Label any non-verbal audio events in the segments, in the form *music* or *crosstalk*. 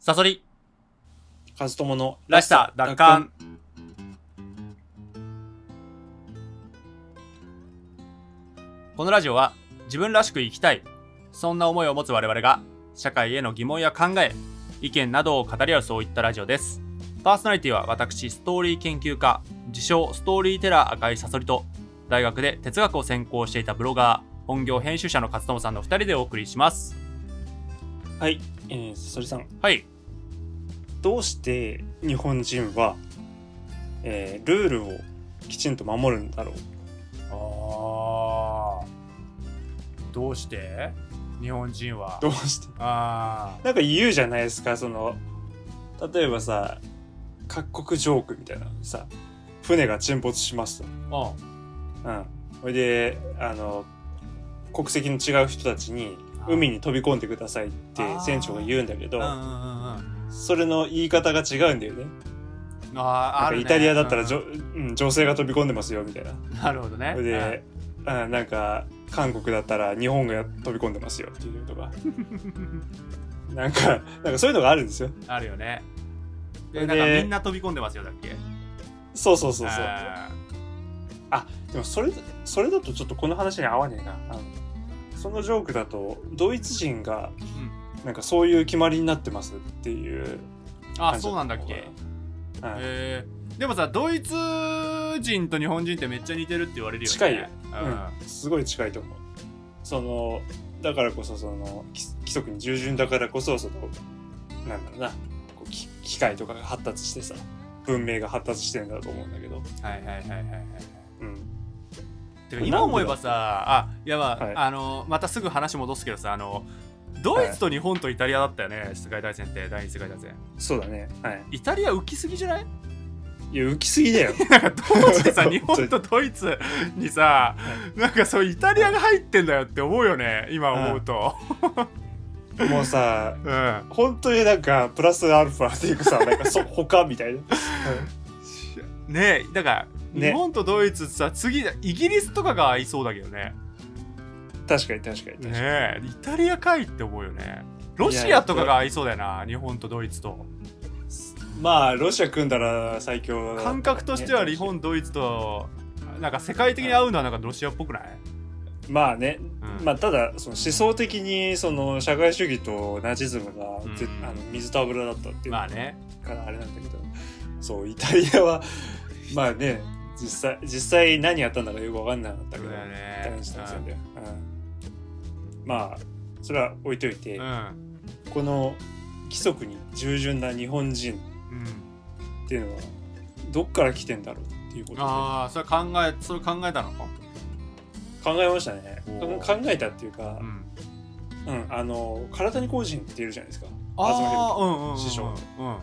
サソリ、カズトモのらしさ、奪還。。このラジオは、自分らしく生きたい、そんな思いを持つ我々が、社会への疑問や考え、意見などを語り合うそういったラジオです。パーソナリティは私、ストーリー研究家、自称ストーリーテラー赤いサソリと、大学で哲学を専攻していたブロガー、本業編集者の勝友さんの2人でお送りします。はい、えー、サソリさん、はい。どうして日本人は、えールールをきちんと守るんだろう。あどうして日本人はどうしてあなんか言うじゃないですか、その、例えばさ、各国ジョークみたいなさ、船が沈没しますと。あ、うん。それで、あの、国籍の違う人たちに、海に飛び込んでくださいって船長が言うんだけうん、うんうんうん。ど、あそれの言い方が違うんだよね。あ、なあんかるねイタリアだったらじょ、ううん、女性が飛び込んでますよみたいな。んなるほどねそ。れで、あなんか韓国だったら日本が飛び込んでますよってい *laughs* うとかなんかなんかそういうのがあるんですようんあるよね。で、でなんかみんな飛び込んでますよ、だっけそうそうそうそうあでもそれそれだとちょっとこの話に合わねえなあのそのジョークだとドイツ人がなんかそういう決まりになってますっていうーあ、感じそうなんだっけ。へへえでもさ、ドイツ人と日本人ってめっちゃ似てるって言われるよね。近いようん。うん、すごい近いと思うそのだからこそその規規則に従順だからこそそのなんだろうなこうき機械とかが発達してさ文明が発達してんだと思うんだけど、はいはいはいはいはい。うん、てか今思えばさ、あ、いやまあ、はいあの、またすぐ話戻すけどさ、あの、ドイツと日本とイタリアだったよね、世界大戦って、第二次世界大戦。そうだねはいイタリア浮きすぎじゃ *laughs* ないいや浮きすぎだよなんか *laughs* 当時さ日 *laughs* 本当本にとドイツにさなんかそうイタリアが入ってんだよって思うよね今思うと、もうさうん本当になんかプラスアルファっていう *laughs* かさなんかそ他みたいな、ねえだから、日ね本とドイツさ次イギリスとかが合いそうだけどねうん確かに確かに確かに、ねえイタリアかいって思うよねロシアとかが合いそうだよな日本とドイツとまあロシア組んだら最強だ感覚としては日本ドイツとなんか世界的に合うのはなんかロシアっぽくない、まあねうんまあ、ただその思想的にその社会主義とナチズムが、ぜうんあの水と油だったっていうまあかねらあれなんだけど、そうイタリアは *laughs* まあね実際実際何やったんだかよく分かんなかったけそうど、だよね大変したんだよ、うんまあそれは置いといて、うんこの規則に従順な日本人うんっていうのはどっから来てんだろうっていうことでああそれ考えそれ考えたのか考えましたねお考ーえたっていうかう、んうん、あの体に工人っているじゃないですかああうんうんうんうん師匠うんうん、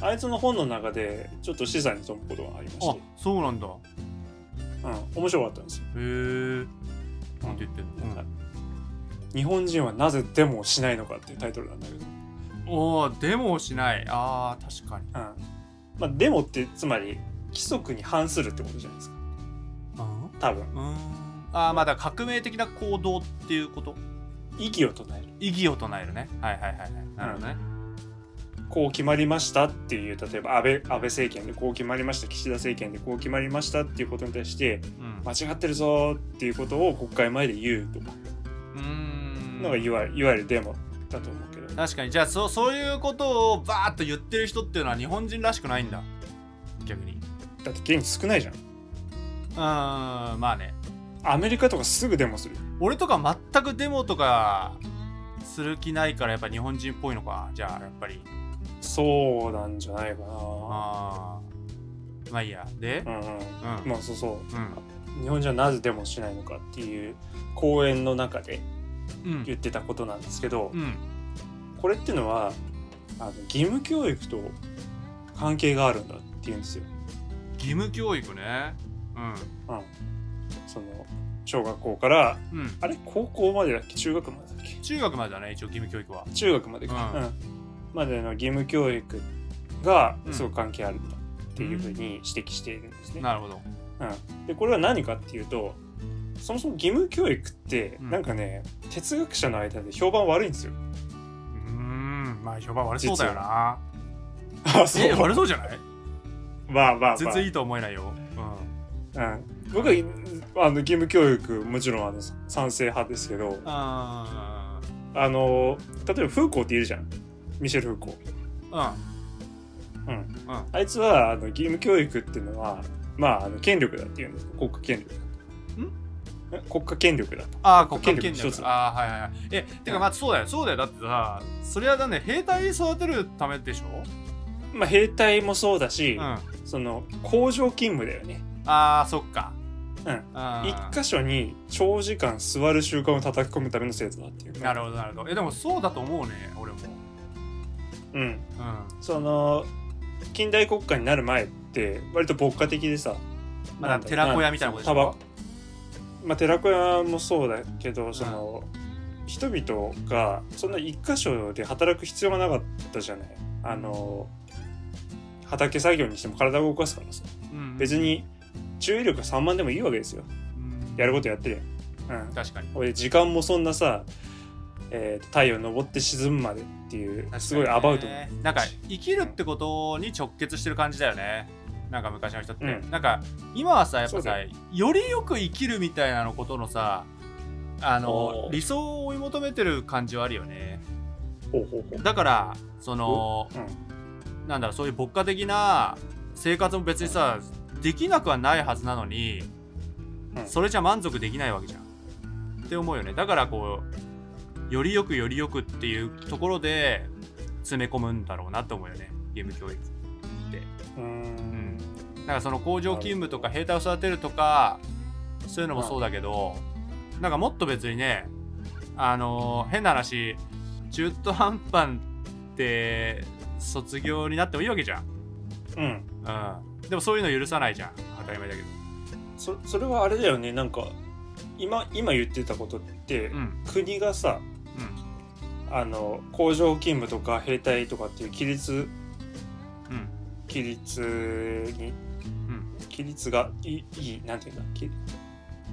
あいつの本の中でちょっと資産に富むことがありましあて、そうなんだへうん、面白かったんですよ、えうなんて言ってんのなんか日本人はなぜデモをしないのか」っていうタイトルなんだけど、うんおおでもしないあー確かにまあ、デモってつまり規則に反するってことじゃないですかうん多分あーまあだから革命的な行動っていうこと息を唱える意義を唱えるねはいはいはいはいなるほどねこう決まりましたっていう例えば安倍安倍政権でこう決まりました岸田政権でこう決まりましたっていうことに対してうん間違ってるぞーっていうことを国会前で言うとかうーんのがいわいわゆるデモだと思うけど確かにじゃあそそういうことをバーッと言ってる人っていうのは日本人らしくないんだ逆にだって現地少ないじゃんうーんまあねアメリカとかすぐデモするよ俺とか全くデモとかする気ないからやっぱ日本人っぽいのかじゃあやっぱりそうなんじゃないかな。ああまあいいやでうんうん。うんまあそうそうんう。日本人はなぜデモしないのかっていう講演の中でうん言ってたことなんですけど、うんこれってのはあの義務教育と関係があるんだっていうんですよ。義務教育ねうその小学校からんうんあれ高校までだっけ中学までだっけ中学までだね一応義務教育は中学までか、ううんんまでの義務教育がうんすごく関係あるんだっていうふうに指摘しているんですね。なるほどうん、でこれは何かっていうとそもそも義務教育ってうん *laughs* なんかね、哲学者の間で評判悪いんですようーんんまあ評判悪そうだよなあそえう悪そうじゃないまあまあ全ま然いいと思えないよ、うん、あ、うん、僕はあの義務教育もちろんあの賛成派ですけどあーあの例えばフーコーっているじゃんミシェル・フーコーうんうんうんあいつはあの義務教育っていうのはまああの権力だっていうんです国家権力ん国家権力だとああ国家権権力一力つああはいはいはいえてかまあそうだよそうだよだってさそれはだね兵隊育てるためでしょまあ兵隊もそうだし、うんあその工場勤務だよねあそっかうんあー一箇所に長時間座る習慣を叩き込むための制度だっていうなるほどなるほどえでもそうだと思うね俺もうんうんその近代国家になる前って割と牧歌的でさまあなんだろう寺子屋みたいなことでしょまあ、寺子屋もそうだけどその、人々がそんな一箇所で働く必要がなかったじゃないあの畑作業にしても体を動かすからさうん別に注意力が散漫でもいいわけですようんやることやってりゃうん確かに俺時間もそんなさ、えー太陽昇って沈むまでってい確かうにねすごいアバウトななんか生きるってことに直結してる感じだよねなんか昔の人って、うんなんか今はさやっぱそうさだよりよく生きるみたいなのことのさあのおー理想を追い求めてる感じはあるよねほうほうほうだからその、なんだろうそういう牧歌的な生活も別にさできなくはないはずなのに、うんそれじゃ満足できないわけじゃんって思うよねだからこうよりよくよりよくっていうところで詰め込むんだろうなと思うよね義務教育うーんだからその工場勤務とか兵隊を育てるとかそういうのもそうだけど、なんかもっと別にねあのー変な話中途半端って卒業になってもいいわけじゃんうんうん、でもそういうの許さないじゃん当たり前だけど、そそれはあれだよねなんか今今言ってたことって、うんうん、国がさあの工場勤務とか兵隊とかっていう規律うん規律にうん規律がいいいいなんていうんだ規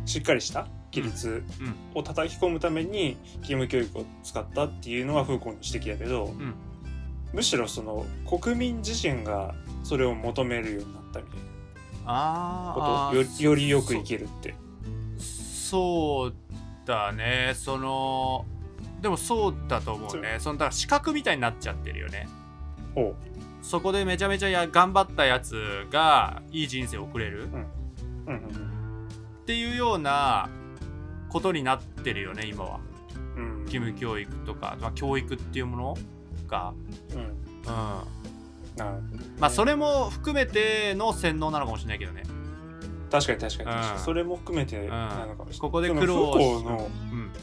しっかりした規律うんを叩き込むために義務教育を使ったっていうのは風光の指摘だけど、んむしろその国民自身がそれを求めるようになったみたいなあこーとよよりよく生るきるってそうだねそのでもそうだと思うねそのだから資格みたいになっちゃってるよねほそこでめちゃめちゃや頑張ったやつがいい人生を送れるう、うんっていうようなことになってるよね今はうんうん、義務教育とか、まあ、教育っていうものが、育、うん、うん、まなるあそれも含めての洗脳なのかもしれないけどね確かに確かに確かに、うんそれも含めてんなのかもしれない、ここで苦労をでもうんフー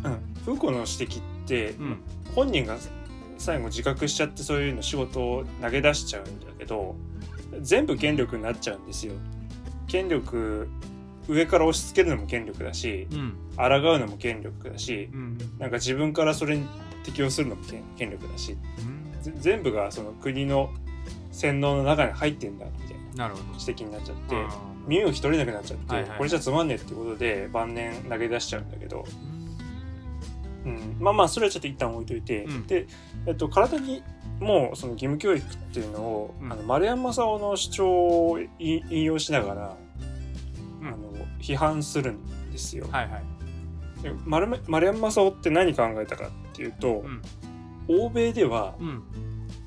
コーの、うん、フーコーの指摘って、うん本人が最後自覚しちゃってそういうの仕事を投げ出しちゃうんだけど全部権力になっちゃうんですよ権力上から押し付けるのも権力だしうん抗うのも権力だしうんなんか自分からそれに適応するのも権権力だしぜ全部がその国の洗脳の中に入ってんだみたいななるほど。指摘になっちゃってで、身を一人なくなっちゃって、はいはいこれじゃつまんねえってことで晩年投げ出しちゃうんだけど、うん、まあまあそれはちょっと一旦置いといて、うんで、えっと、体にもうその義務教育っていうのを、うんあの丸山正雄の主張を引引用しながら、うんあの批判するんですよ。はいはい。で丸め丸山正雄って何考えたかっていうと、うん欧米ではうん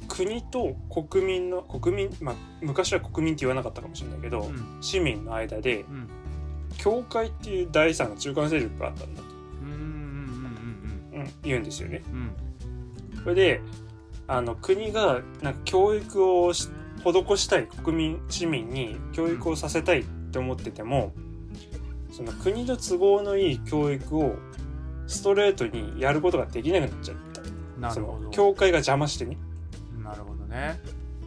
国と国民の国民、まあ、昔は国民って言わなかったかもしれないけど、うん市民の間でうん教会っていう第三の中間勢力があったんだと、うんうんうん、言うんですよね。うんうんそれであの国がなんか教育をし施したい国民市民に教育をさせたいって思っててもその国の都合のいい教育をストレートにやることができなくなっちゃったうん。なそるほのど。教会が邪魔してねなるほどね。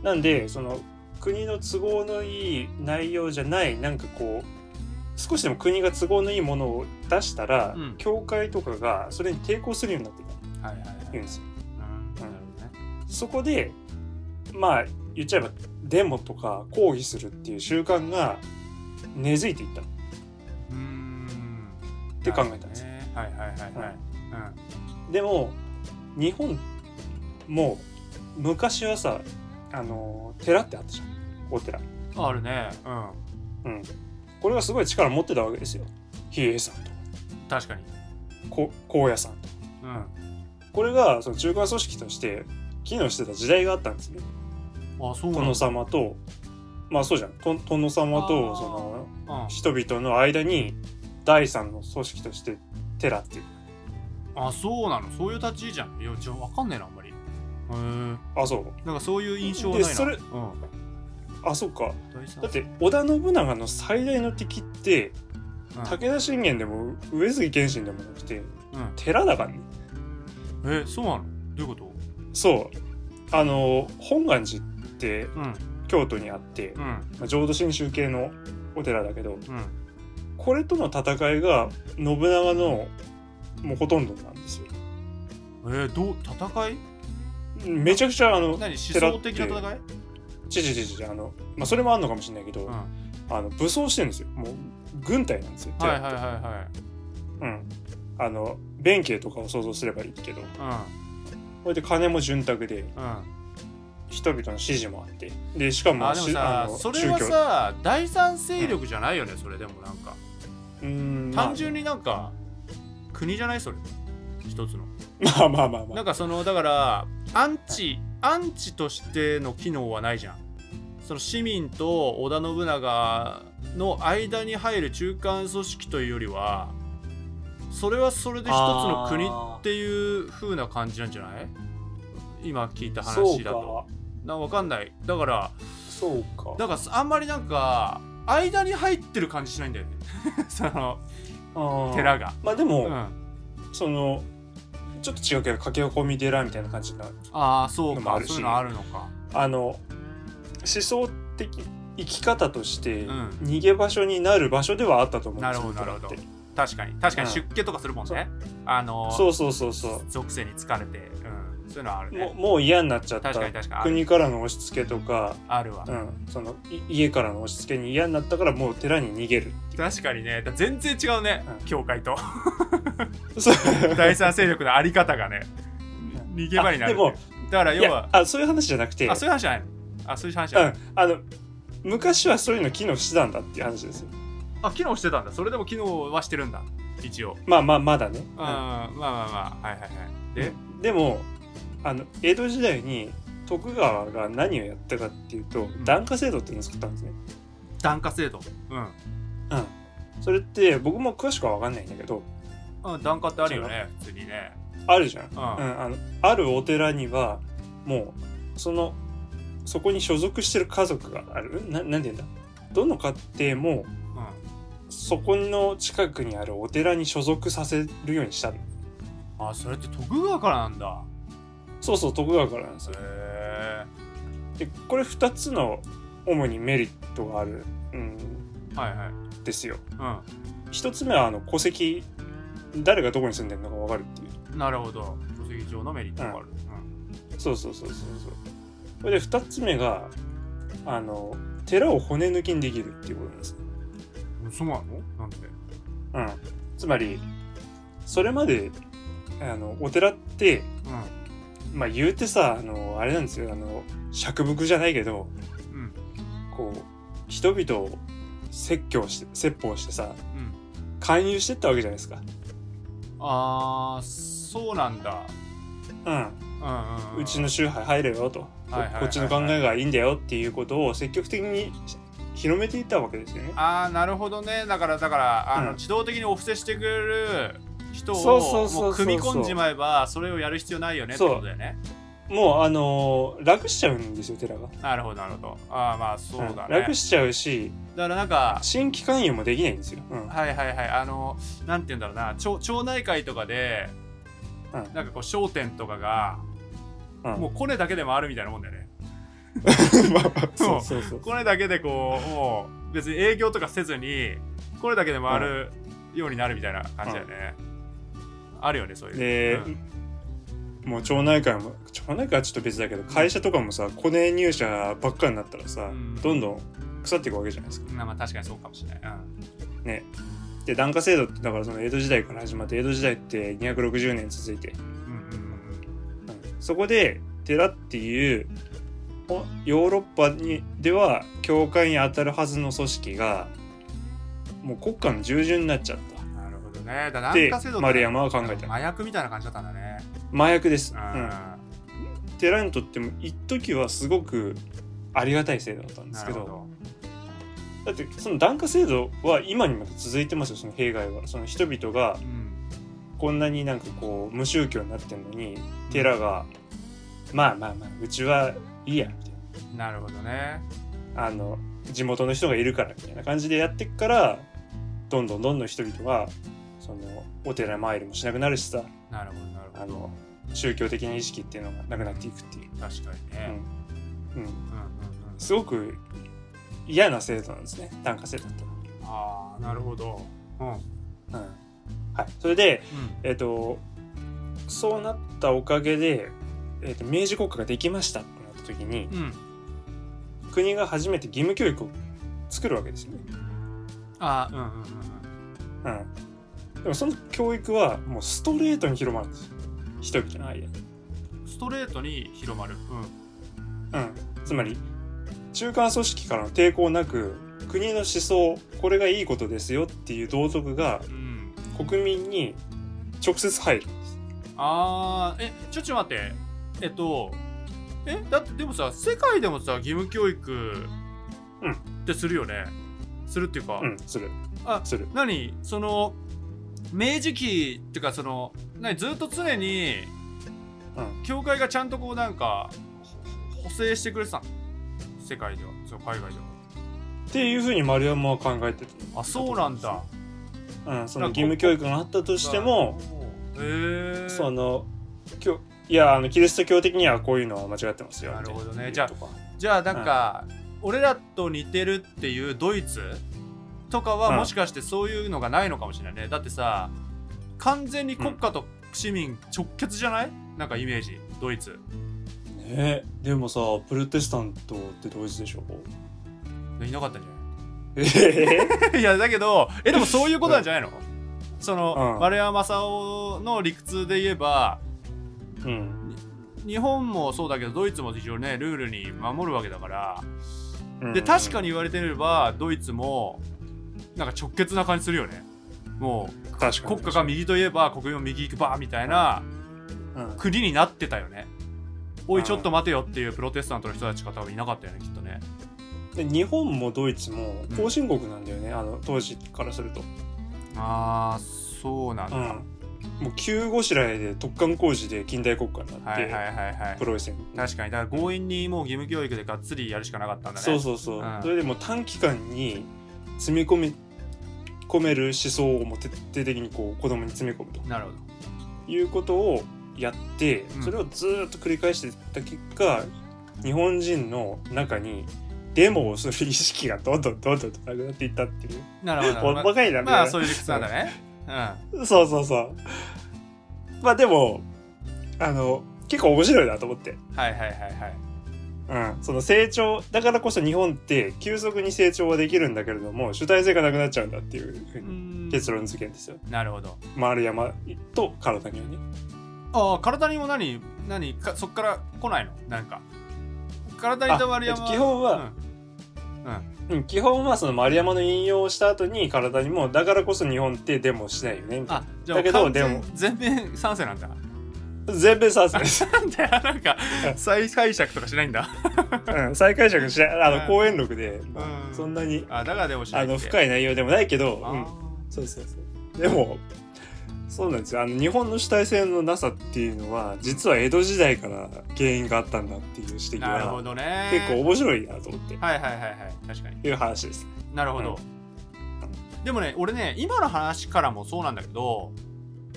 なんでその国の都合のいい内容じゃないなんかこう少しでも国が都合のいいものを出したら、うん教会とかがそれに抵抗するようになってきたってはいはいはいいうんですよ。うんなるほどね。そこでまあ言っちゃえばデモとか抗議するっていう習慣が根付いていったのうーん。て考えたんですなるほどねはいはいはいはい。でも日本もう昔はさあの寺ってあったじゃんお寺あるねうんうんこれがすごい力持ってたわけですよ比叡山とか確かにこ高野山とかうんこれがその中間組織として機能してた時代があったんですねあそうなん殿だ様とまあそうじゃんと殿様あーとそのうん人々の間に第三の組織として寺っていうあそうなのそういう立ち位置じゃんいやじゃあ分かんねえなあんまりへえあそうなんかそういう印象はないでなそれうん、あそうか大事だって織田信長の最大の敵ってうん武田信玄でも上杉謙信でもなくてうん寺だからねえそうなのどういうことそうあの本願寺ってうん京都にあってう、んまあ、浄土真宗系のお寺だけうどんこれとの戦いが信長のもうほとんどなんですよえー、どう戦いめちゃくちゃあの何思想的な戦いちちちちちあの、まあ、それもあんのかもしれないけど、うんはいあの武装してるんですよもう軍隊なんですよ、はい寺はいはうんあの弁慶とかを想像すればいいけどこいはうやって金も潤沢でいうんうん人々の支持もあってでしかもあでもしさのそれはさ第三勢力じゃないよね、それでもなんかうーんまあ単純になんか国じゃないそれ一つのまあまあまあまなあんかそのだからアンチアンチとしての機能はないじゃんその市民と織田信長の間に入る中間組織というよりはそれはそれで一つの国っていう風な感じなんじゃない今聞いたそう話だとかなわかんないだからそうかだからあんまりなんか間に入ってる感じしないんだよね *laughs* そのあー寺がまあでも、うんそのちょっと違うけど駆け込み寺みたいな感じなああそうのもかあるしそういうのあるのかあの思想的生き方として、うん逃げ場所になる場所ではあったと思うんですなるほよどなるほど寺って確かに確かにうん出家とかするもんね、あのそうそうそうそ属性に疲れて、うん、そういうのはあるうもうねもう嫌になっちゃった確かに確かにある国からの押し付けとか、あるわ、うん、そのい家からの押し付けに嫌になったからもう寺に逃げる確かにねだ全然違うね、うん教会と *laughs* そう第三勢力のあり方がね逃げ場になるっていうあでだからい要やはあそういう話じゃなくてあそういう話じゃないのあそういう話じゃうない、ん、あの昔はそういうの機能してたんだっていう話ですよあ機能してたんだそれでも機能はしてるんだ一応まあまあまだね、うん、まあまあまあはいはいはいで、うんでもあの江戸時代に徳川が何をやったかっていうと、ん檀家制度っていうのを作ったんですね、檀家制度うんうん、それって僕も詳しくは分かんないんだけどうん檀家ってあるよね普通にねあるじゃん、うんうん、あのあるお寺にはもうそのそこに所属してる家族があるななんて言うんだどの家庭もうそこの近くにあるお寺に所属させるようにしたのんあそれって徳川からなんだそうそう徳川からなんですよへでこれ2つの主にメリットがあるんえはいはいですようん一つ目はあの戸籍誰がどこに住んでるのか分かるっていうなるほど戸籍上のメリットがある、そうそうそうそうそうそれで二つ目があの寺を骨抜きにできるっていうことなんです、うんそうなのなんでうん、つまりそれまであのお寺ってうまあ言うてさあのあれなんですよあの釈伏じゃないけどんうんこう人々を説教して説法してさうん勧誘してったわけじゃないですか、あーそうなんだうん、うんうんうちの宗派入れよと、はいはいはいはいここっちの考えがいいんだよっていうことを積極的に広めていったわけですよね。ああなるほどねだからだからあの、うん自動的にお布施してくれる人そうをそうそうそうもう組み込んじまえばそれをやる必要ないよねってそうことだよねもうあのー楽しちゃうんですよ寺が、なるほどなるほどああまあそうだうんね、楽しちゃうしだからなんか新規勧誘もできないんですよ。うんはいはいはいあのなんて言うんだろうな町町内会とかで、うんなんかこう商店とかが、うんもうコネだけでもあるみたいなもんだよね *laughs* まあまあそうそうそうこれだけでこうもう別に営業とかせずにこれだけで回るようになるみたいな感じだよね、あるよねそういうで、うんもう町内会も町内会はちょっと別だけど会社とかもさコネ入社ばっかになったらさ、うんどんどん腐っていくわけじゃないですか。まあまあ確かにそうかもしれない、うんね、で檀家制度ってだからその江戸時代から始まって江戸時代って260年続いてうんうんうんうんそこで寺っていうおヨーロッパにでは教会に当たるはずの組織がもう国家の従順になっちゃったなるほどね。だからで南下制度って丸山は考えた麻薬みたいな感じだったんだね。麻薬です、ううん、ん。寺にとっても一時はすごくありがたい制度だったんでなすけるどほど。だってその檀家制度は今にまで続いてますよその弊害はその人々がうん。こんなになんかこう無宗教になってんのに寺が「まあまあまあうちはいいや」みたいなるほどね。なあの地元の人がいるからみたいな感じでやってっからどんどんどんどん人々がそのお寺参りもしなくなるしさなるほど、なるあほどの。宗教的な意識っていうのがなくなっていくっていう、確かにね。うんううんうんうん、ん。すごく嫌な制度なんですね檀家制度って。ああ、なるほど。うん。うん。うんはい、それでえっとそうなったおかげで、えっと明治国家ができましたってなった時にうん。国が初めて義務教育を作るわけですよね。ああ、うんうんうんうん、でもその教育はもうストレートに広まるんですよ人々の間でうん。ストレートに広まる。うん。うん、つまり中間組織からの抵抗なく国の思想これがいいことですよっていう道徳がうん。国民に直接入るんです。ああ、え、ちょちょ待って。えっと、え、だってでもさ、世界でもさ、義務教育うんってするよね。するっていうか、うん、するあする何その明治期っていうかその何ずっと常に、うん教会がちゃんとこうなんかほ補正してくれてたの世界ではそう海外ではっていうふうに丸山は考えてたあそうなんだうん、その義務教育があったとしてもへえそのきょいやあのキリスト教的にはこういうのは間違ってますよなるほどねみたいなとかじゃあなんか、俺らと似てるっていうドイツとかうはんもしかしてそういうのがないのかもしれないね、だってさ完全に国家と市民直結じゃない、なんかイメージドイツねえでもさプロテスタントって同時でしょいなかったんじゃない *laughs* ええい *laughs* やだけどえでもそういうことなんじゃないの、その、うん丸山正雄の理屈で言えばうん日本もそうだけどドイツも一応ねルールに守るわけだからうんで確かに言われてみればドイツもなんか直結な感じするよねも確かにう国家が右といえば国民も右行くばみたいなうん国になってたよねおういんちょっと待てよっていうプロテスタントの人たちが多分いなかったよねきっとねで日本もドイツも後進国なんだよね、あの当時からすると、ああそうなんうだ、ん、もう急ごしらえで突貫工事で近代国家になはって、いはいはいはいプロイセン確かにだから強引にもう義務教育でがっつりやるしかなかったんだねそうそうそう、うんそれでもう短期間に詰め込み込める思想をもう徹底的にこう子供に詰め込むとなるほいうことをやってうんそれをずーっと繰り返してた結果、日本人の中にデモをする意識がどんどんどんどんなくなっていったっていうどなる *laughs* ほどほんまかいまなみまたあいそういう理屈なんだねなそうそうそうまあでもあの結構面白いなと思って、うんはいはいはいはいうん、その成長だからこそ日本って急速に成長はできるんだけれども主体性がなくなっちゃうんだっていうふううにん結論付けんですよなるほど丸山と体にはねああ体にも何何かそっから来ないのなんか体にと丸山あえっと基本はうん、うんうん基本はその丸山の引用をした後に体にもだからこそ日本ってデモしないよねみたいあじゃあだけど完全でも全面賛成なんだ *laughs* な全米サースですなんだよなんか再解釈とかしないんだうん再解釈しないあうんの講演録で、まあうんそんなにあだからでもしなあいの深いい内容でもないけど、あうん、ーそうそうそうでもそうなんですよあの日本の主体性のなさっていうのは実は江戸時代から原因があったんだっていう指摘なるほはどね結構面白いなと思ってはいはいはいはい確かにいう話です。なるほど、でもね俺ね今の話からもそうなんだけど、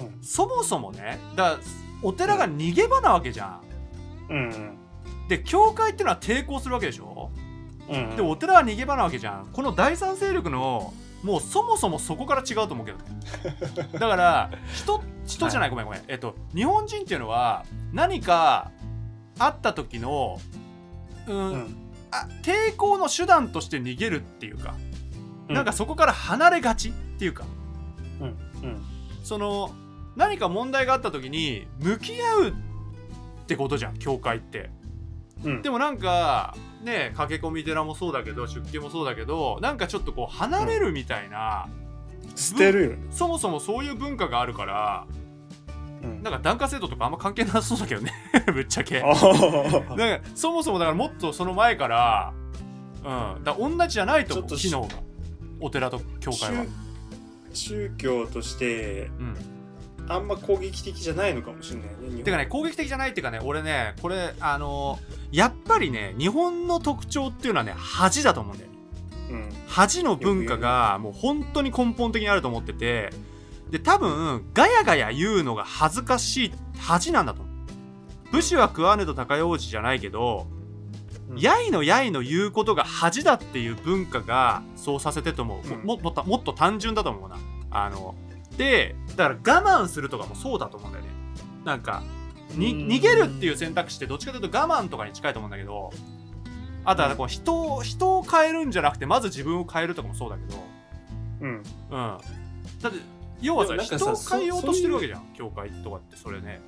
うんそもそもねだからお寺が逃げ場なわけじゃん、うんで教会ってのは抵抗するわけでしょ、うん、でお寺は逃げ場なわけじゃんこの第三勢力のもうそもそもそこから違うと思うけどねだから人人じゃない、ごめんごめんえっと日本人っていうのは何かあった時のうん、うんあ抵抗の手段として逃げるっていうか、なんかそこから離れがちっていうかうんうんその何か問題があった時に向き合うってことじゃん教会ってうんでもなんかね駆け込み寺もそうだけど出家もそうだけどなんかちょっとこう離れるみたいな、捨てるよね、そもそもそういう文化があるからうん、なんか檀家制度とかあんま関係なさそうだけどね *laughs* ぶっちゃけあーなんかそもそもだからもっとその前からうんだから同じじゃないと思うちょっと機能がお寺と教会は宗宗教としてうんあんま攻撃的じゃないのかもしれないね日本てかね攻撃的じゃないっていうかね俺ねこれあのやっぱりね日本の特徴っていうのはね恥だと思うんだよねうん恥の文化がもう本当に根本的にあると思っててで多分ガヤガヤ言うのが恥ずかしい恥なんだと思う武士は食わぬと高用事じゃないけど、うんやいのやいの言うことが恥だっていう文化がそうさせてと思う、うんももっともっと単純だと思うなあのでだから我慢するとかもそうだと思うんだよねなんかにうん逃げるっていう選択肢ってどっちかというと我慢とかに近いと思うんだけどあとはこう人を人を変えるんじゃなくてまず自分を変えるとかもそうだけど、うんうん、だって要はさでもなんか人さを変えようとそしてるわけじゃん教会とかってそれね、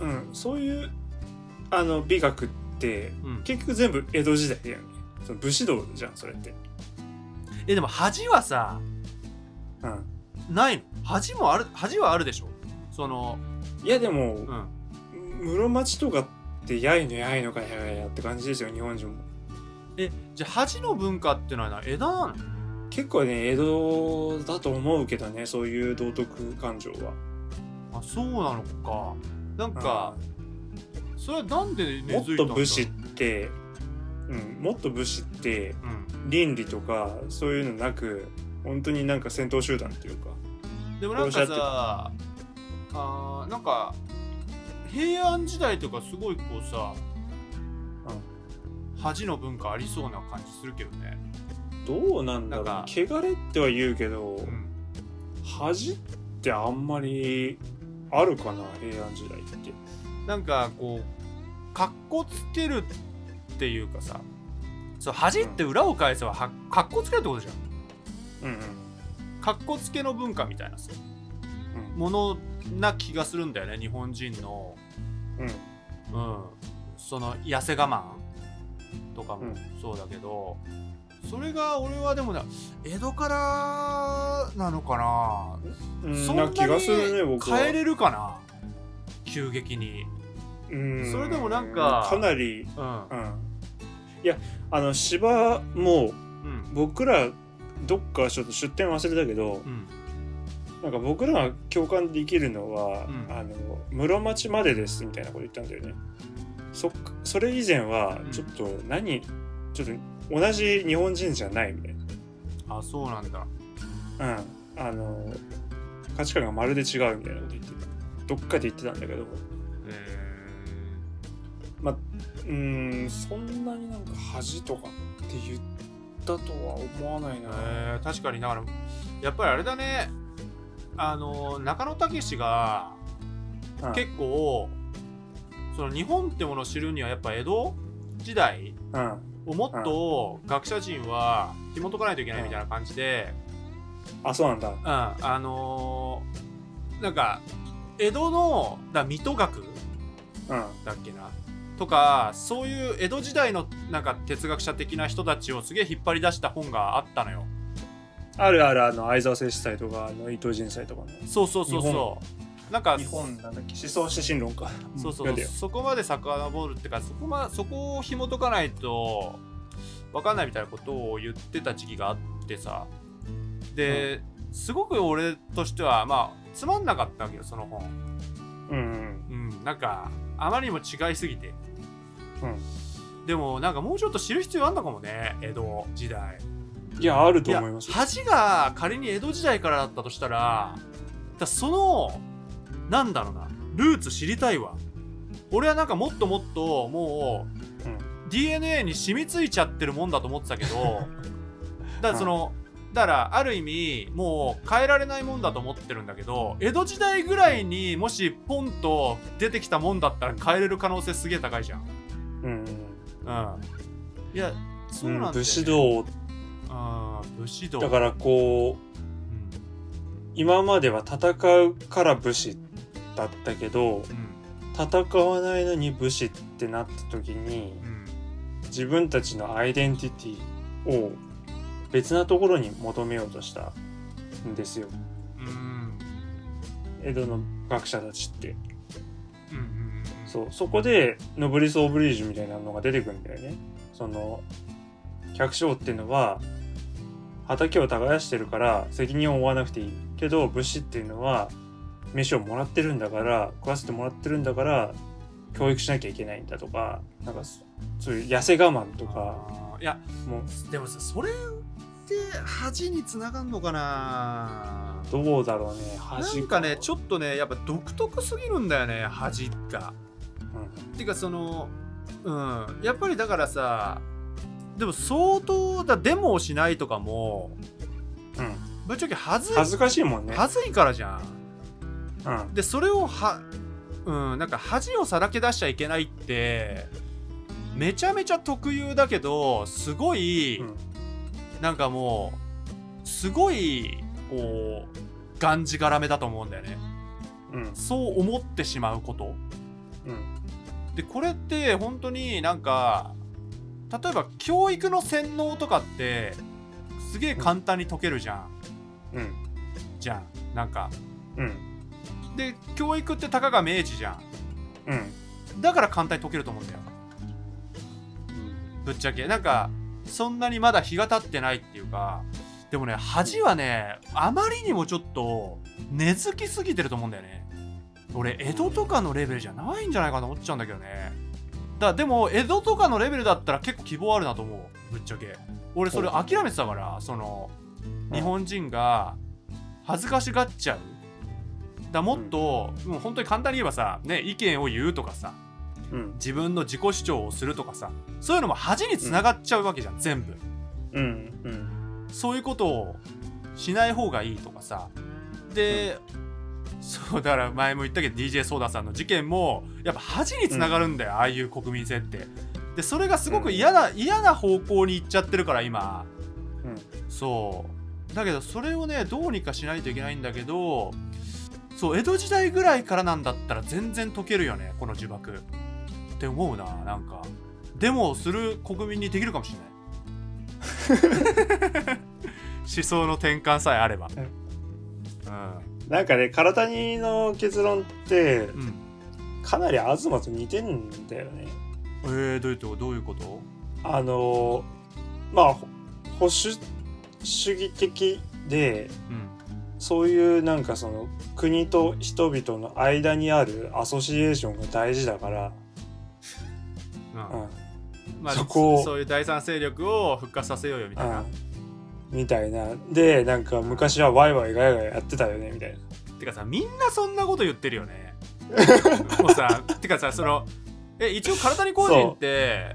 うん、そういうあの美学ってうん、結局全部江戸時代だよねその武士道じゃんそれって、えでも恥はさうん、ないの恥もある恥はあるでしょその、いやでも、うん、室町とかってやいのやいのかやいのやって感じですよ日本人もえじゃあ恥の文化っていうのはな枝なの結構ね江戸だと思うけどねそういう道徳感情はあそうなのかなんか、それはなんでうん根も付っいたとんだろう武士って、うん、もっと武士ってうん倫理とかそういうのなく本当になんか戦闘集団っていうかでもなんか殺し合ってさあーなんか平安時代とかすごいこうさ、恥の文化ありそうな感じするけどね、どうなんだろうなんなか汚れっては言うけど、うん、恥ってあんまりあるかな平安時代ってなんかこうかっこつけるっていうかさそう恥って裏を返せばはかっこつけるってことじゃんうんうんかっこつけの文化みたいなさものな気がするんだよね日本人のううんん、その痩せ我慢とかうもんそうだけど、それが俺はでもね江戸からなのかな、うんうんそんなな気がするねに僕は変えれるかな急激に、うんそれでもなんかかなりうんうんいやあの芝もうん僕らどっかちょっと出店忘れたけどうん、なんか僕らが共感できるのは、うんあの室町までですみたいなこと言ったんだよねそっかそれ以前はうんちょっと何、ちょっと同じ日本人じゃないみたいなあそうなんだうん、あの価値観がまるで違うみたいなこと言ってどっかで言ってたんだけどえうーんそんなになんか恥とかって言ったとは思わないーな、えー確かにだからやっぱりあれだねあの中野武がうん結構、その日本ってものを知るにはやっぱ江戸時代うん、をもっと学者陣は紐解かないといけないみたいな感じで、あそうなんだうん、あのーなんか江戸のだ水戸学うんだっけなとかそういう江戸時代のなんか哲学者的な人たちをすげえ引っ張り出した本があったのよあるあるあの相沢誠司祭とかあの伊藤仁祭とかのそうそうそう日そうなんか日本なんだっけ思想指針論かそうそなうんだよそこまで遡るってかそこ,、ま、そこを紐解かないと分かんないみたいなことを言ってた時期があってさで、すごく俺としてはまあつまんなかったわけよその本うんうんなんかあまりにも違いすぎてうんでもなんかもうちょっと知る必要あんのかもね江戸時代いやあるいとや思いますよ恥が仮に江戸時代からだったとしたらだからそのなんだろうなルーツ知りたいわ俺はなんかもっともっともう、うん DNA に染みついちゃってるもんだと思ってたけ *laughs* どだからその、だからある意味もう変えられないもんだと思ってるんだけど江戸時代ぐらいにもしポンと出てきたもんだったら変えれる可能性すげえ高いじゃんうんうんいやそううなんだよ、んね武士道あー武士道だからこう今までは戦うから武士だったけどうんうん戦わないのに武士ってなった時にうん自分たちのアイデンティティを別なところに求めようとしたんですようん江戸の学者たちってうんうんそうそこでノブリス・オブリージュみたいなのが出てくるんだよねその百姓っていうのは畑を耕してるから責任を負わなくていいけど武士っていうのは飯をもらってるんだから食わせてもらってるんだから教育しなきゃいけないんだとかなんかそそういう痩せ我慢とかあーいやもうでもさそれって恥につながんのかなどうだろうねな恥んかねちょっとねやっぱ独特すぎるんだよね恥が。うんてかそのうんやっぱりだからさでも相当だデモをしないとかもうんぶっちゃけ恥ずい恥ずかしいもんね恥ずいからじゃうんん。でそれをはうんなんか恥をさらけ出しちゃいけないってめちゃめちゃ特有だけどすごい、うんなんかもうすごいこうがんじがらめだと思うんだよねうんそう思ってしまうことうんでこれって本当になんか例えば教育の洗脳とかってすげえ簡単に解けるじゃんうんじゃんなんかうんで教育ってたかが明治じゃうんんだから簡単に解けると思うんだよぶっちゃけなんかそんなにまだ日が経ってないっていうかでもね恥はねあまりにもちょっと根付きすぎてると思うんだよね俺江戸とかのレベルじゃないんじゃないかと思っちゃうんだけどねだでも江戸とかのレベルだったら結構希望あるなと思うぶっちゃけ俺それ諦めてたからその日本人が恥ずかしがっちゃうだもっと、もう本当に簡単に言えばさ、ね、意見を言うとかさうん自分の自己主張をするとかさそういうのも恥につながっちゃうわけじゃん、全部うんうんそういうことをしない方がいいとかさで、そうだから前も言ったけど DJ ソーダさんの事件もやっぱ恥につながるんだよ、ああいう国民性ってでそれがすごく嫌な、嫌な方向に行っちゃってるから今うんそうだけどそれをねどうにかしないといけないんだけどそう江戸時代ぐらいからなんだったら全然解けるよねこの呪縛って思うななんかデモをする国民にできるかもし *laughs* れない思想の転換さえあればなんかね、体にの結論ってう、ん、うん、かなり東と似てんだよね。えー、どういうとどういうことあの、まあ、ほ保守主義的で、うんそういうなんかその国と人々の間にあるアソシエーションが大事だから、ううんん、まあ、そこをそそういう第三勢力を復活させようよみたいな、うん、みたいな。で、なんか昔はワイワイガヤガヤやってたよね、みたいな。てかさみんなそんなこと言ってるよね *laughs* もうさてかさそのえ一応体に工人って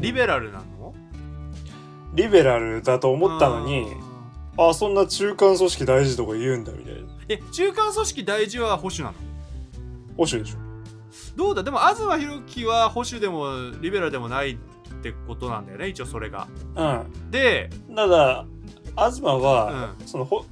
リベラルなのリベラルだと思ったのに、あそんな中間組織大事とか言うんだ、みたいな。え中間組織大事は保守なの保守でしょ。どうだでも東博樹は保守でもリベラルでもないってことなんだよね一応それがうん。で、ただ東うん、は、あそのほ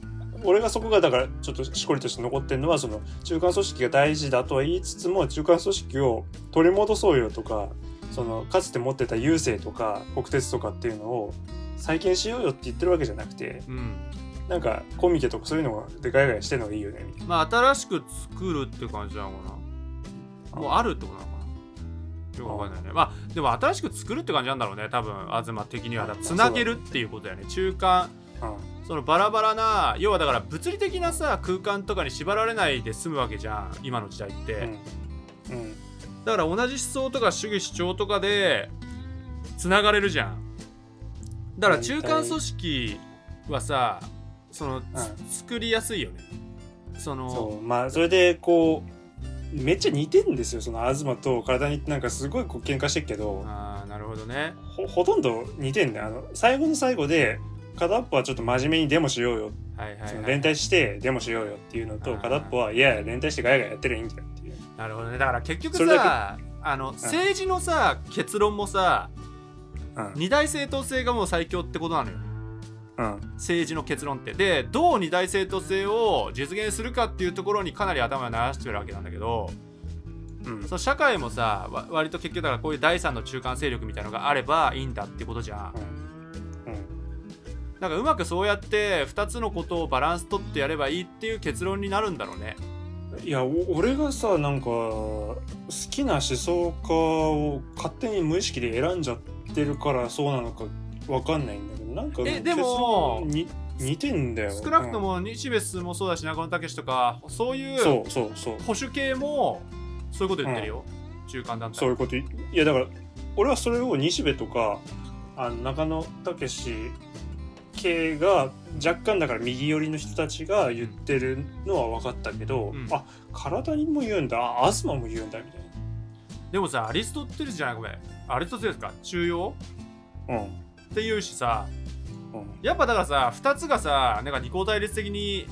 俺がそこがだからちょっとしこりとして残ってるのはその中間組織が大事だとは言いつつも中間組織を取り戻そうよとかそのかつて持ってた郵政とか国鉄とかっていうのを再建しようよって言ってるわけじゃなくてうん、なんかコミケとかそういうのがでガヤガヤしてるのがいいよねみたいまあ新しく作るって感じなのかなな。もうあるってことなのかなよくわかんないねまあでも新しく作るって感じなんだろうね多分東的にはだからつなげるっていうことだよね中間うそのバラバラな要はだから物理的なさ空間とかに縛られないで済むわけじゃん今の時代って、んうんうんだから同じ思想とか主義主張とかでつながれるじゃんだから中間組織はさその、つ作りやすいよねそのそうまあそれでこうめっちゃ似てるんですよその東と体になんかすごいこう喧嘩してるけど。ああなるほどねほほとんど似てんねあの最後の最後で片っぽはちょっと真面目にデモしようよ、はいはい、そのは連い、帯してデモしようよっていうのとあー片っぽはいやいや連帯してガヤガヤやってりゃいいんだよっていうなるほどねだから結局それさあの政治のさ結論もさうん二大政党制がもう最強ってことなのようん政治の結論ってでどう二大政党制を実現するかっていうところにかなり頭を流してるわけなんだけどうんその社会もさわ割と結局だからこういう第三の中間勢力みたいなのがあればいいんだってことじゃんうんなんかうまくそうやって2つのことをバランス取ってやればいいっていう結論になるんだろうねいやお俺がさなんか好きな思想家を勝手に無意識で選んじゃってるからそうなのかわかんないんだけどなんかえでも結論に似てんだよ少なくと、も西部スもそうだし中野武とかそうういんうそうそうそう保守系もそういうこと言ってるよ、中間団そう体いうこといいやだから俺はそれを西部とかあの中野武系が若干だから右寄りの人たちが言ってるのは分かったけど、うんあ体にも言うんだあアスマも言うんだみたいでもさアリストテレスじゃないごめんアリストテレスか中央な。うんっていうしさうんやっぱだからさ2つがさなんか二項対立的に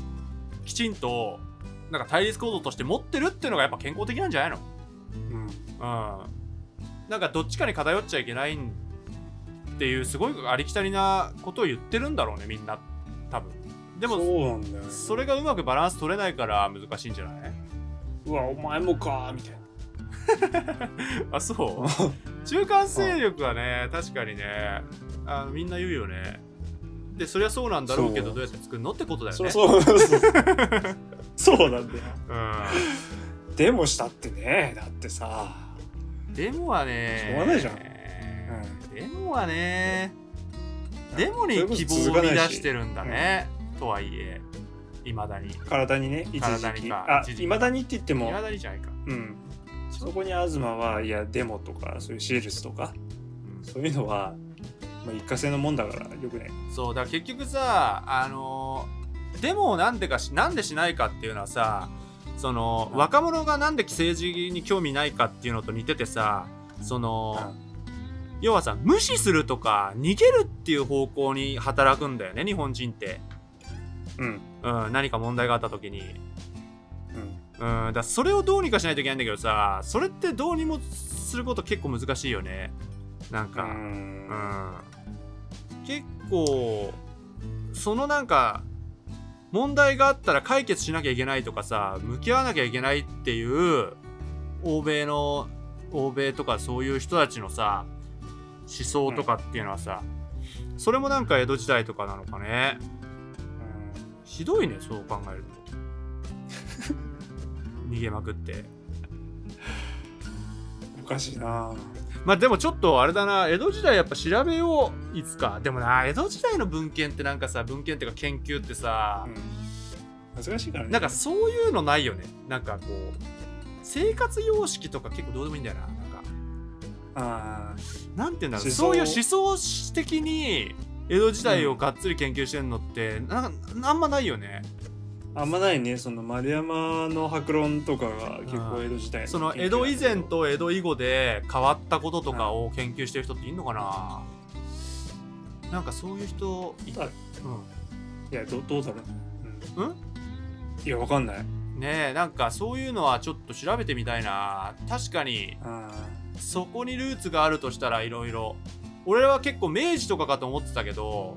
きちんとなんか対立構造として持ってるっていうのがやっぱ健康的なんじゃないのううんんなんかどっちかに偏っちゃいけないんっていうすごいありきたりなことを言ってるんだろうねみんな多分でもそうなんだよね、それがうまくバランス取れないから難しいんじゃないうわお前もかみたいなあそう *laughs* 中間勢力はね確かにねあのみんな言うよねでそりゃそうなんだろうけどそうどうやって作るのってことだよそねうそうそう *laughs* そうそうなんだようでもしたってねだってさんデモはねしょうがないじゃんデモはねデモにそれこそ希続望をか見ない出ししてるんだねとはいえいまだにい体にね一時体に期かあ一時期いまだにって言ってもまだにじゃないかうん、そこに東はいやデモとかそういうシールスとかうんそういうのは、まあ、一過性のもんだからよくないそうだから結局さあのーデモをなんでかしなんでしないかっていうのはさそのうん若者がなんで政治に興味ないかっていうのと似ててさその要はさ無視するとか逃げるっていう方向に働くんだよね日本人って、うんうん、何か問題があった時に、うんうん、だからそれをどうにかしないといけないんだけどさそれってどうにもすること結構難しいよねなんうか、んうん結構そのなんか問題があったら解決しなきゃいけないとかさ向き合わなきゃいけないっていう欧米の欧米とかそういう人たちのさ思想とかっていうのはさ、それもなんか江戸時代とかなのかねひどいねそう考えると逃げまくっておかしいなまあでもちょっとあれだな江戸時代やっぱ調べよういつかでもな江戸時代の文献ってなんかさ文献っていうか研究ってさ、うん難しいからねなんかそういうのないよねなんかこう生活様式とか結構どうでもいいんだよななんかあーなんて言うんだろう思想そういう思想的に江戸時代をがっつり研究してるのって、なんかあんまないよねあんまないねその丸山の博論とかが結構江戸時代その江戸以前研究と江戸以後で変わったこととかを研究してる人っているのかな、なんかそういう人いうんあなんだけどいやどどうだろううんいやわかんないねえなんかそういうのはちょっと調べてみたいな確かにあそこにルーツがあるとしたらいろいろ俺は結構明治とかかと思ってたけど、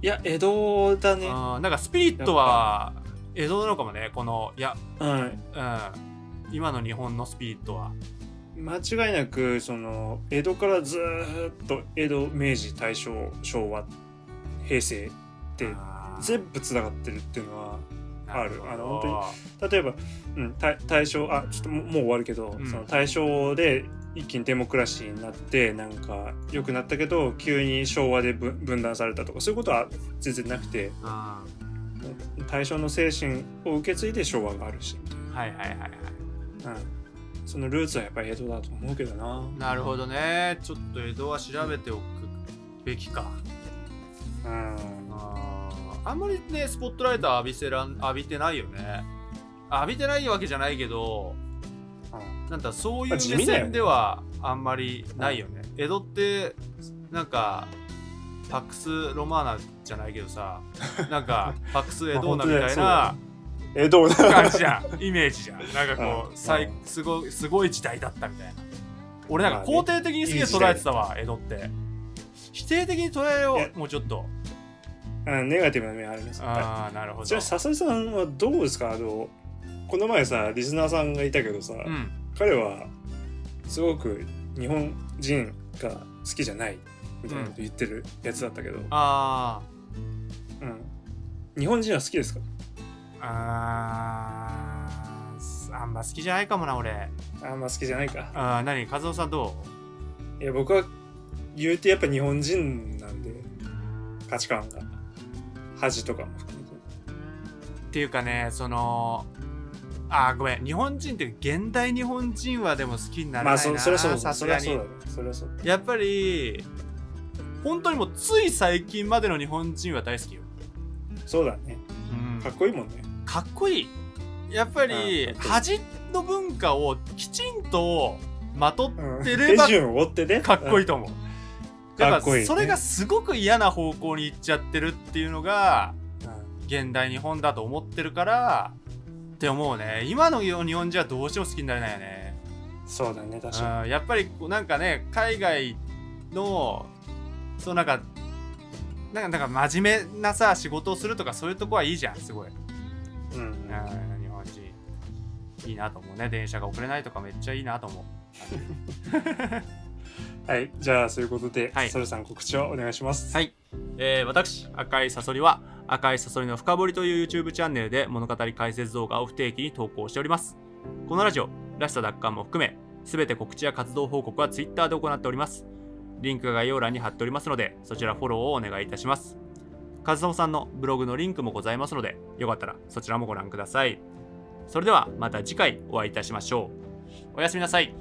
ーいや江戸だねうん、なんかスピリットは江戸なのかもねこのいや、うんうん、今の日本のスピリットは間違いなくその江戸からずーっと江戸明治大正昭和平成ってあー全部つながってるっていうのはあるなあのほど例えば、うん、大大正あちょっとももう終わるけど、うんその大正で一気にデモクラシーになってなんか良くなったけど急に昭和で分分断されたとかそういうことは全然なくてうんは大正の精神を受け継いで昭和があるし、いはいはいはいうん、そのルーツはやっぱり江戸だと思うけどな。なるほどねちょっと江戸は調べておくべきかうんあーあんまりねスポットライト浴びせらん浴びてないよね浴びてないわけじゃないけどなんだそういうあ地味目だよね線ではあんまりないよね江戸ってなんかパックス・ロマーナじゃないけど *laughs* さなんかパックス・エドーナみたいまあな江戸だ感じじゃんイメージじゃんなんかこううん最うんすごいすごい時代だったみたいな俺なんかまあ肯定的にすげえ捉えてたわ江戸って否定的に捉えよえうもうちょっとうん、ネガティブな面ありますよね。ああなるほどじゃあ、笹井さんはどうですかあの、この前さ、リスナーさんがいたけどさ、うん彼はすごく日本人が好きじゃないみたいなこと言ってるやつだったけど、うんあ日本人は好きですかーあーすあんま好きじゃないかもな俺あんま好きじゃないかあー何和夫さんどいや僕は言うてやっぱ日本人なんで価値観が恥とかも含めてうっていうかねそのあーごめん日本人っていうか現代日本人はでも好きにならないな、まあそそれはそうださそすれがはそうにだねそれはそうだやっぱり本当にもうつい最近までの日本人は大好きよ、そうだねうんかっこいいもんねかっこいいやっぱうりんかっこいい恥の文化をきちんとまとっうんてれば手順を追ってねかっこいいいと思うかやっっこいいねぱそれがすごく嫌な方向に行っちゃってるっていうのが現代日本だと思ってるからって思うね今の日本人はどうしても好きになれないよねそうだね確かうんやっぱりこうなんかね海外のそうなんかなんかなんか真面目なさ仕事をするとかそういうとこはいいじゃんすごい、うん、にうん日本人いいなと思うね電車が遅れないとかめっちゃいいなと思うはいじゃあそういうことではいそれさん告知をお願いしますはい、えー私赤いサソリは赤いサソリの深掘りという YouTube チャンネルで物語解説動画を不定期に投稿しておりますこのラジオらしさ奪還も含め全て告知や活動報告は Twitter で行っておりますリンクが概要欄に貼っておりますのでそちらフォローをお願いいたします和夫さんのブログのリンクもございますのでよかったらそちらもご覧くださいそれではまた次回お会いいたしましょうおやすみなさい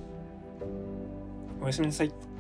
おやすみなさい